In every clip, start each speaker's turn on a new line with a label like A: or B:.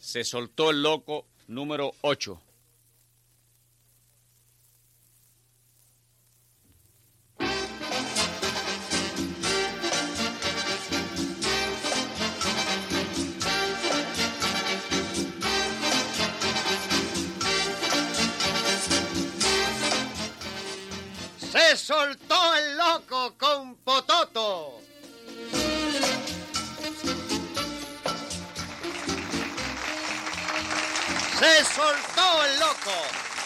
A: Se soltó el loco número 8.
B: Se soltó el loco con Pototo. Se soltó el loco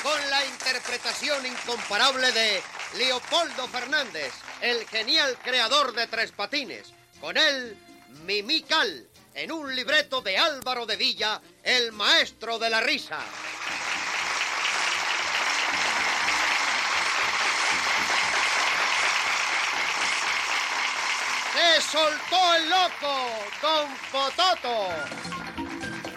B: con la interpretación incomparable de Leopoldo Fernández, el genial creador de Tres Patines. Con él, Mimical, en un libreto de Álvaro de Villa, el maestro de la risa. Se soltó el loco con Pototo.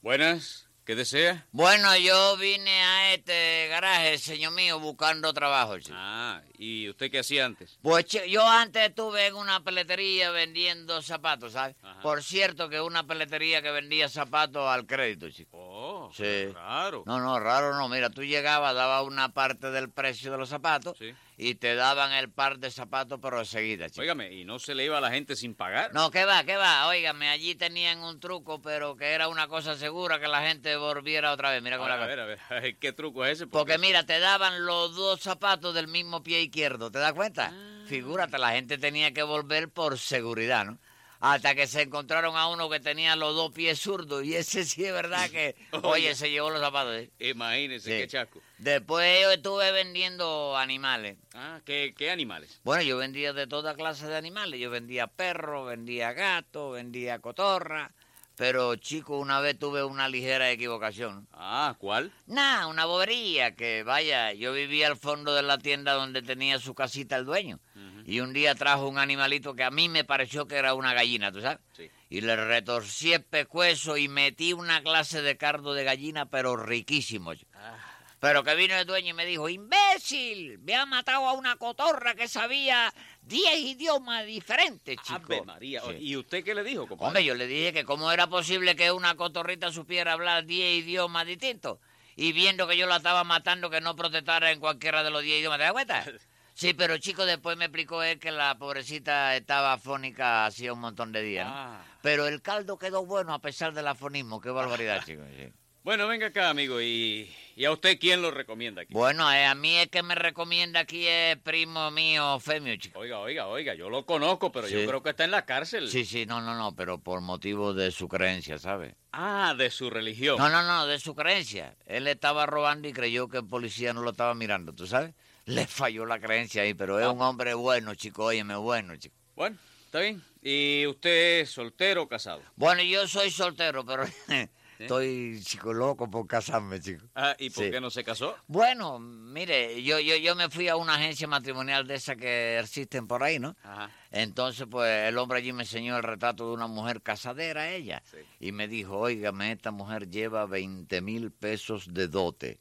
A: Buenas, ¿qué desea?
C: Bueno, yo vine a este garaje, señor mío, buscando trabajo, chico.
A: Ah, ¿y usted qué hacía antes?
C: Pues chi- yo antes estuve en una peletería vendiendo zapatos, ¿sabes?
A: Ajá.
C: Por cierto, que una peletería que vendía zapatos al crédito, chico.
A: Oh,
C: Sí.
A: claro.
C: No, no, raro no. Mira, tú llegabas, dabas una parte del precio de los zapatos
A: Sí.
C: y te daban el par de zapatos, pero enseguida, chico.
A: Óigame, ¿y no se le iba a la gente sin pagar?
C: No, ¿qué va? ¿Qué va? Óigame, allí tenían un truco, pero que era una cosa segura que la gente volviera otra vez. Mira cómo
A: Ahora,
C: la
A: a ver, a ver, a ver, ¿qué truco es ese?
C: Porque mira, te daban los dos zapatos del mismo pie izquierdo, ¿te das cuenta? Figúrate, la gente tenía que volver por seguridad, ¿no? Hasta que se encontraron a uno que tenía los dos pies zurdos y ese sí es verdad que, oye, se llevó los zapatos. ¿eh?
A: Imagínese,
C: Sí.
A: qué chasco.
C: Después yo estuve vendiendo animales.
A: Ah, ¿qué, qué animales?
C: Bueno, yo vendía de toda clase de animales. Yo vendía perro, vendía gato, vendía cotorra. Pero, chico, una vez tuve una ligera equivocación.
A: Ah, ¿cuál?
C: Nah, una bobería que, vaya, yo vivía al fondo de la tienda donde tenía su casita el dueño.
A: Ujú.
C: Y un día trajo un animalito que a mí me pareció que era una gallina, ¿tú sabes?
A: Sí.
C: Y le retorcí el pescuezo y metí una clase de cardo de gallina, pero riquísimo.
A: Ah.
C: Pero que vino el dueño y me dijo, imbécil, me ha matado a una cotorra que sabía 10 idiomas diferentes, chico.
A: Ah, Ave María.
C: Ah, Sí.
A: ¿Y usted qué le dijo, compadre?
C: Hombre, yo le dije que cómo era posible que una cotorrita supiera hablar 10 idiomas distintos. Y viendo que yo la estaba matando, que no protestara en cualquiera de los 10 idiomas. ¿Te das cuenta? Sí, pero chico, después me explicó él que la pobrecita estaba afónica hacía un montón de días. ¿no?
A: Ah.
C: Pero el caldo quedó bueno a pesar del afonismo. Qué barbaridad, chico. sí.
A: Bueno, venga acá, amigo. ¿Y, y a usted quién lo recomienda aquí?
C: Bueno, eh, a mí es que me recomienda aquí es primo mío, Femio, chico.
A: Oiga, oiga, oiga, yo lo conozco, pero yo
C: Sí.
A: creo que está en la cárcel.
C: Sí, sí, no, no, no, pero por motivo de su creencia, ¿sabes?
A: Ah, de su religión.
C: No, no, no, de su creencia. Él estaba robando y creyó que el policía no lo estaba mirando, ¿tú sabes? Le falló la creencia ahí, pero es un hombre bueno, chico, óyeme, bueno, chico.
A: Bueno, está bien. ¿Y usted es soltero o casado?
C: Bueno, yo soy soltero, pero estoy, chico, loco por casarme, chico.
A: Ah, ¿y por
C: Sí.
A: qué no se casó?
C: Bueno, mire, yo, yo, yo me fui a una agencia matrimonial de esas que existen por ahí, ¿no?
A: Ajá.
C: Entonces, pues el hombre allí me enseñó el retrato de una mujer casadera, ella.
A: Sí.
C: Y me dijo, óigame, esta mujer lleva 20 mil pesos de dote.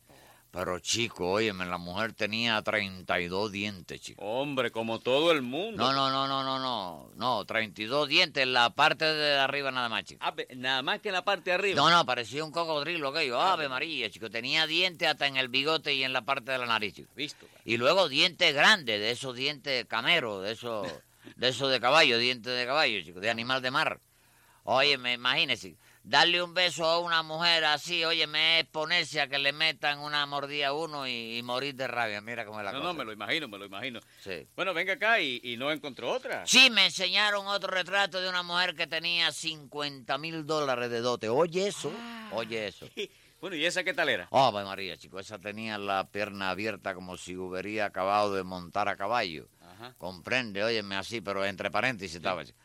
C: Pero chico, óyeme, la mujer tenía 32 dientes, chico.
A: Hombre, como todo el mundo.
C: No, no, no, no, no, no, no, 32 dientes, la parte de arriba nada más, chico.
A: Ah, ve- nada más que en la parte de arriba. Ah,
C: No, no, parecía un cocodrilo aquello, ave María, chico. Tenía dientes hasta en el bigote y en la parte de la nariz, chico.
A: Visto.
C: Y luego dientes grandes, de esos dientes cameros, de esos de, esos de caballo, dientes de caballo, chico, de animal de mar. Oye, me imagínese, darle un beso a una mujer así, oye, me es ponerse a que le metan una mordida a uno y, y morir de rabia. Mira cómo es la
A: No,
C: cosa.
A: no, me lo imagino, me lo imagino.
C: Sí.
A: Bueno, venga acá y, y no encontró otra.
C: Sí, me enseñaron otro retrato de una mujer que tenía 50 mil dólares de dote. Oye eso, oye eso.
A: Bueno, ¿y esa qué tal era?
C: Oh, Ave María, chico, esa tenía la pierna abierta como si hubiera acabado de montar a caballo.
A: Ajá.
C: Comprende, óyeme así, pero entre paréntesis estaba. chico.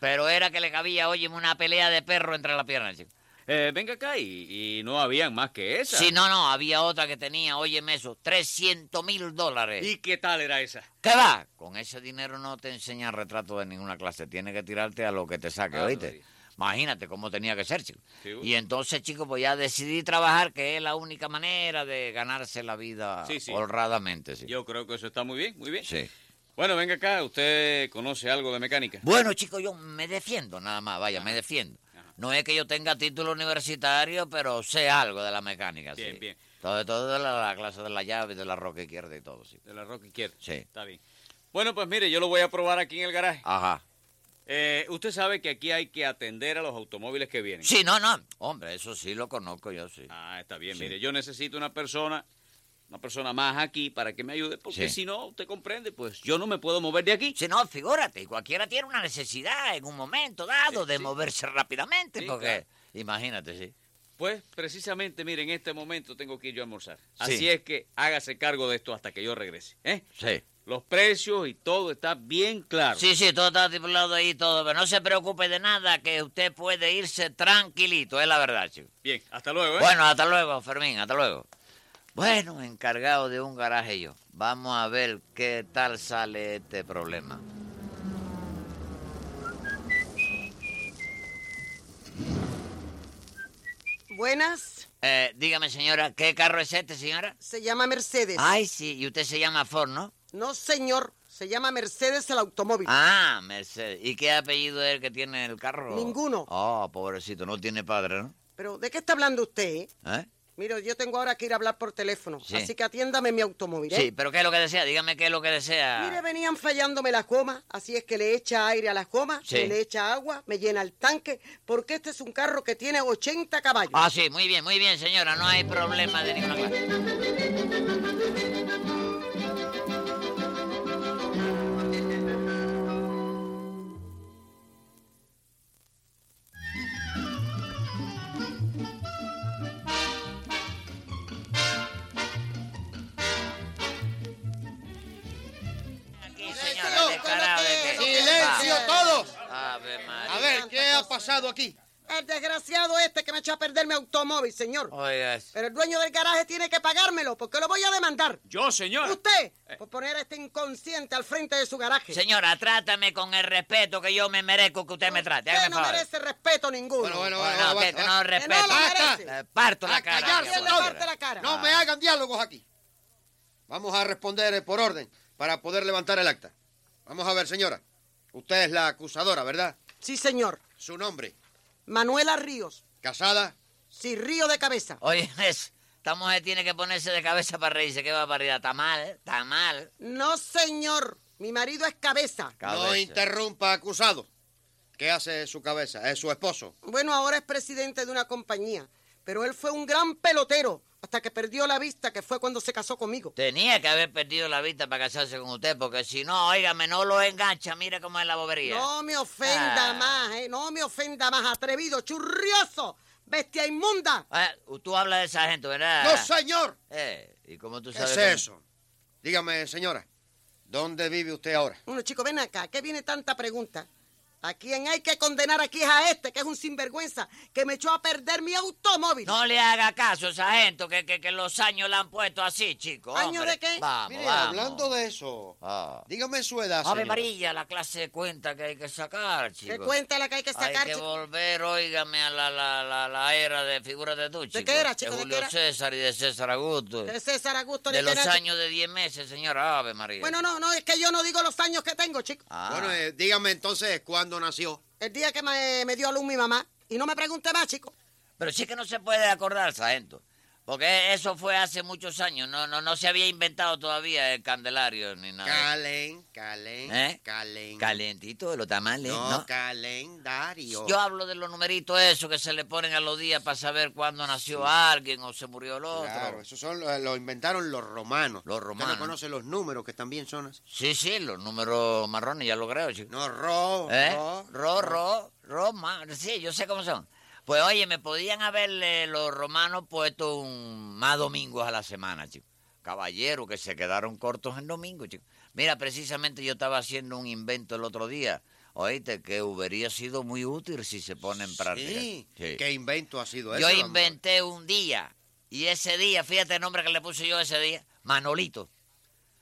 C: Pero era que le cabía, óyeme, una pelea de perro entre las piernas, chico.
A: Eh, venga acá, y, y no habían más que esa.
C: Sí, no, no, había otra que tenía, óyeme eso, 300 mil dólares.
A: ¿Y qué tal era esa?
C: ¿Qué va? Con ese dinero no te enseñan retrato de ninguna clase. Tienes que tirarte a lo que te saque,
A: Ah,
C: ¿oíste?
A: sí.
C: Imagínate cómo tenía que ser, chico.
A: Sí, bueno.
C: y entonces, chico, pues ya decidí trabajar, que es la única manera de ganarse la vida
A: Sí, sí.
C: honradamente, sí.
A: Yo creo que eso está muy bien, muy bien.
C: Sí.
A: Bueno, venga acá, ¿usted conoce algo de mecánica?
C: Bueno, chico, yo me defiendo nada más, vaya, me defiendo. No es que yo tenga título universitario, pero sé algo de la mecánica,
A: Bien,
C: sí.
A: bien.
C: Todo, todo de la, la clase de la llave, de la roca izquierda y todo, sí.
A: De la roca izquierda.
C: Sí. Ah.
A: Está bien. Bueno, pues mire, yo lo voy a probar aquí en el garaje.
C: Ajá.
A: Eh, usted sabe que aquí hay que atender a los automóviles que vienen.
C: Sí, no, no. Hombre, eso sí lo conozco yo, sí.
A: Ah, está bien.
C: Sí.
A: Mire, yo necesito una persona, una persona más aquí para que me ayude, porque
C: Sí.
A: si no, usted comprende, pues yo no me puedo mover de aquí.
C: Si no, figúrate, y cualquiera tiene una necesidad en un momento dado de moverse rápidamente,
A: Sí,
C: porque
A: claro.
C: imagínate, sí.
A: Pues precisamente, mire, en este momento tengo que ir yo a almorzar. Así
C: Sí.
A: es que hágase cargo de esto hasta que yo regrese. ¿eh?
C: Sí.
A: Los precios y todo está bien claro.
C: Sí, sí, todo está estipulado ahí, todo, pero no se preocupe de nada, que usted puede irse tranquilito, es la verdad, chico.
A: Bien, hasta luego. ¿eh?
C: Bueno, hasta luego, Fermín, hasta luego. Bueno, encargado de un garaje yo. Vamos a ver qué tal sale este problema.
D: Buenas,
C: Eh, dígame, señora, ¿qué carro es este, señora?
D: se llama Mercedes.
C: Ay, sí, y usted se llama Ford, ¿no?
D: No, señor, se llama Mercedes el automóvil.
C: Ah, Mercedes. ¿Y qué apellido es el que tiene el carro?
D: Ninguno.
C: Oh, pobrecito, no tiene padre, ¿no?
D: Pero, ¿de qué está hablando usted? eh?
C: ¿Eh?
D: Mire, yo tengo ahora que ir a hablar por teléfono,
C: Sí.
D: así que atiéndame mi automóvil. ¿eh?
C: Sí, pero ¿qué es lo que desea? Dígame qué es lo que desea.
D: Mire, venían fallándome las gomas, así es que le echa aire a las gomas,
C: Sí.
D: me le echa agua, me llena el tanque, porque este es un carro que tiene 80 caballos.
C: Ah, sí, muy bien, muy bien, señora. No hay problema de ninguna clase. Aquí, señora, descarado, de que-
B: ¡Silencio
C: Va.
B: todos!
C: Ave María.
B: A ver, ¿qué ha pasado aquí?
D: El desgraciado este que me echó a perder mi automóvil, señor.
C: Oiga, eso.
D: Pero el dueño del garaje tiene que pagármelo, porque lo voy a demandar.
A: Yo, señor.
D: Usted,
C: Eh.
D: por poner a este inconsciente al frente de su garaje.
C: Señora, trátame con el respeto que yo me merezco que usted me trate.
D: Usted
C: Hágame
D: no
C: favor.
D: merece respeto ninguno.
B: Bueno, bueno,
C: Bueno,
B: bueno,
C: no, que,
B: basta,
C: que
B: basta.
C: no respeto.
D: Que no eh. lo
B: Basta.
D: merece.
C: Le parto la
B: A
C: cara.
B: callarse
C: mi amor.
D: le parte la cara.
B: No me
C: Ah.
B: hagan diálogos aquí. Vamos a responder eh, por orden para poder levantar el acta. Vamos a ver, señora. Usted es la acusadora, ¿verdad?
D: Sí, señor.
B: Su nombre.
D: Manuela Ríos.
B: Casada.
D: Sí, río de cabeza.
C: Oye, es, esta mujer tiene que ponerse de cabeza para reírse. Qué barbaridad. Está mal, eh, está mal.
D: No, señor. Mi marido es cabeza.
C: Cabeza.
B: No interrumpa, acusado. ¿Qué hace su cabeza? Es su esposo.
D: Bueno, ahora es presidente de una compañía, pero él fue un gran pelotero hasta que perdió la vista, que fue cuando se casó conmigo.
C: Tenía que haber perdido la vista para casarse con usted, porque si no, óigame, no lo engancha. Mira cómo es la bobería.
D: No me ofenda
C: eh. Ah.
D: más, eh. No me ofenda más, atrevido, churrioso, bestia inmunda.
C: Eh, tú hablas de sargento, ¿verdad?
B: ¡No, señor!
C: Eh, ¿y cómo tú
B: ¿Qué es
C: sabes? que-
B: eso? Dígame, señora, ¿dónde vive usted ahora?
D: Bueno, chico, ven acá, ¿qué viene tanta pregunta? A quien hay que condenar aquí es a este, que es un sinvergüenza, que me echó a perder mi automóvil.
C: No le haga caso, sargento, que, que, que los años la han puesto así, chico.
D: ¿Años
C: hombre.
D: de qué?
C: Vamos,
B: Mire,
C: vamos.
B: hablando de eso,
C: Ah.
B: dígame su edad,
C: Ave
B: señora.
C: María, la clase de cuenta que hay que sacar, chico.
D: ¿Qué cuenta la que hay que sacar,
C: Hay que
D: chico?
C: volver, óigame, a la, la, la, la era de figuras de tú, chico.
D: qué era, chico?
C: De
D: ¿De
C: Julio
D: qué era?
C: César y de César Augusto.
D: De César Augusto
C: De los
D: Nicanor, chico.
C: años de 10 meses, señora Ave María.
D: Bueno, no, no, es que yo no digo los años que tengo, chico.
C: Ah.
B: Bueno, eh, dígame entonces cuándo nació.
D: El día que me, me dio a luz mi mamá. Y no me pregunte más, chico.
C: Pero sí que no se puede acordar, sargento. Porque eso fue hace muchos años. No, no, no se había inventado todavía el candelario ni nada.
B: Calen, calen,
C: ¿Eh?
B: calen.
C: Calentito de los tamales,
B: No,
C: ¿no?
B: calendario.
C: Yo hablo de los numeritos esos que se le ponen a los días para saber cuándo nació alguien o se murió el otro.
B: Claro, eso son, lo, lo inventaron los romanos.
C: Los
B: ¿Usted
C: romanos.
B: no conoce los números que también son así?
C: Sí, sí, los números marrones, ya lo creo, chico.
B: No, ro,
C: ¿Eh?
B: ro,
C: Ro, ro, ro, ma- sí, yo sé cómo son. Pues oye, me podían haberle los romanos puesto un más domingos a la semana, chico. Caballero, que se quedaron cortos en domingo, chico. Mira, precisamente yo estaba haciendo un invento el otro día. Oíste, que hubiera sido muy útil si se pone en práctica.
B: Sí.
C: Sí.
B: ¿Qué invento ha sido
C: Yo
B: eso? don Manuel?
C: inventé un día, y ese día, fíjate el nombre que le puse yo ese día, Manolito.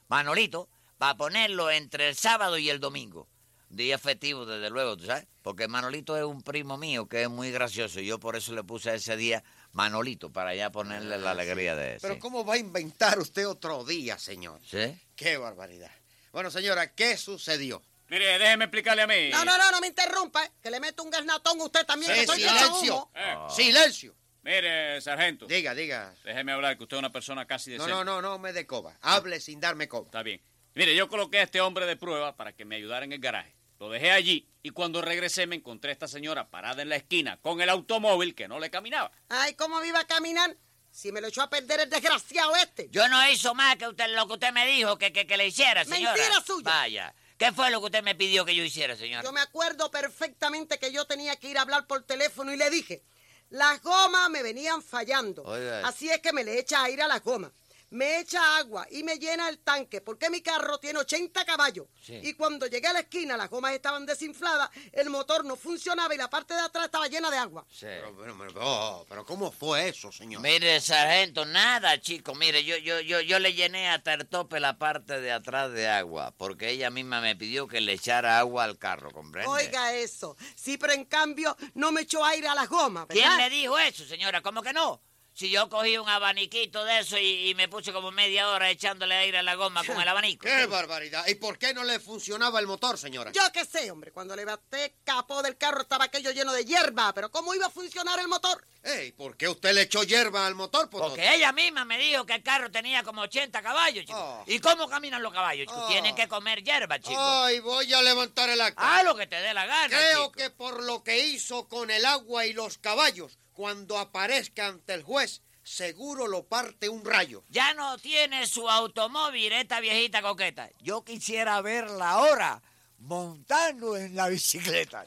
C: Manolito, para ponerlo entre el sábado y el domingo. Día festivo, desde luego, ¿tú sabes? Porque Manolito es un primo mío que es muy gracioso, y yo por eso le puse ese día Manolito, para ya ponerle
D: Ah,
C: la alegría de eso.
B: Pero ¿cómo va a inventar usted otro día, señor?
C: ¿Sí?
B: Qué barbaridad. Bueno, señora, ¿qué sucedió?
A: Mire, déjeme explicarle a mí.
D: No, no, no, no me interrumpa, eh, que le meto un garnatón a usted también,
B: Sí,
D: que estoy
B: silencio.
D: hecho humo.
A: Eh,
C: Oh.
B: Silencio.
A: Mire, sargento,
B: Diga, diga.
A: déjeme hablar, que usted es una persona casi
B: No,
A: decente.
B: no, no, no me dé coba. Hable sin darme coba.
A: Está bien. Mire, yo coloqué a este hombre de prueba para que me ayudara en el garaje. Lo dejé allí y cuando regresé me encontré a esta señora parada en la esquina con el automóvil que no le caminaba.
D: Ay, ¿cómo me iba a caminar si me lo echó a perder el desgraciado este?
C: Yo no hizo más que usted lo que usted me dijo que, que, que le hiciera, señora.
D: Mentira suya.
C: Vaya. ¿Qué fue lo que usted me pidió que yo hiciera, señora?
D: Yo me acuerdo perfectamente que yo tenía que ir a hablar por teléfono y le dije, las gomas me venían fallando.
C: Oiga.
D: Así es que me le echa aire a las gomas. Me echa agua y me llena el tanque porque mi carro tiene 80 caballos.
C: Sí.
D: Y cuando llegué a la esquina las gomas estaban desinfladas, el motor no funcionaba y la parte de atrás estaba llena de agua.
C: Sí.
B: Pero, pero, pero, oh, pero ¿cómo fue eso, señor?
C: Mire, sargento, nada, chico. Mire, yo, yo, yo, yo le llené hasta el tope la parte de atrás de agua, porque ella misma me pidió que le echara agua al carro, ¿comprende?
D: Oiga eso. Sí, pero en cambio no me echó aire a las gomas, ¿verdad?
C: ¿Quién le dijo eso, señora? ¿Cómo que no? Si yo cogí un abaniquito de eso y, y me puse como media hora echándole aire a la goma con el abanico.
B: ¡Qué barbaridad! ¿Y por qué no le funcionaba el motor, señora?
D: Yo qué sé, hombre, cuando levanté el capó del carro estaba aquello lleno de hierba, pero ¿cómo iba a funcionar el motor?
B: Ey, ¿por qué usted le echó hierba al motor, Pototo?
C: Porque ella misma me dijo que el carro tenía como 80 caballos, chico.
B: Oh.
C: ¿Y cómo caminan los caballos, chico?
B: Oh.
C: Tienen que comer hierba, chico.
B: Ay, voy a levantar el acta.
C: A lo que te dé la gana,
B: Creo
C: chico.
B: que por lo que hizo con el agua y los caballos, cuando aparezca ante el juez, seguro lo parte un rayo.
C: Ya no tiene su automóvil esta viejita coqueta. Yo quisiera verla ahora montando en la bicicleta.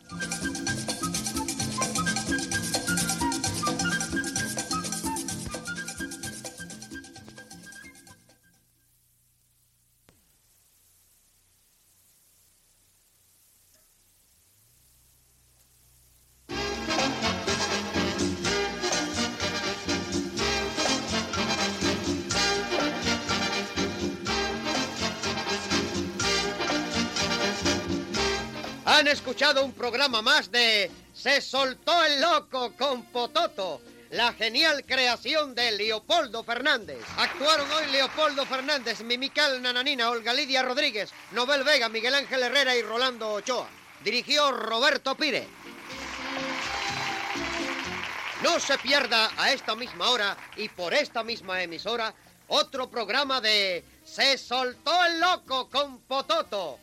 B: Han escuchado un programa más de Se soltó el loco con Pototo, la genial creación de Leopoldo Fernández. Actuaron hoy Leopoldo Fernández, Mimical Nananina, Olga Lidia Rodríguez, Nobel Vega, Miguel Ángel Herrera y Rolando Ochoa. Dirigió Roberto Pire. No se pierda a esta misma hora y por esta misma emisora otro programa de Se soltó el loco con Pototo.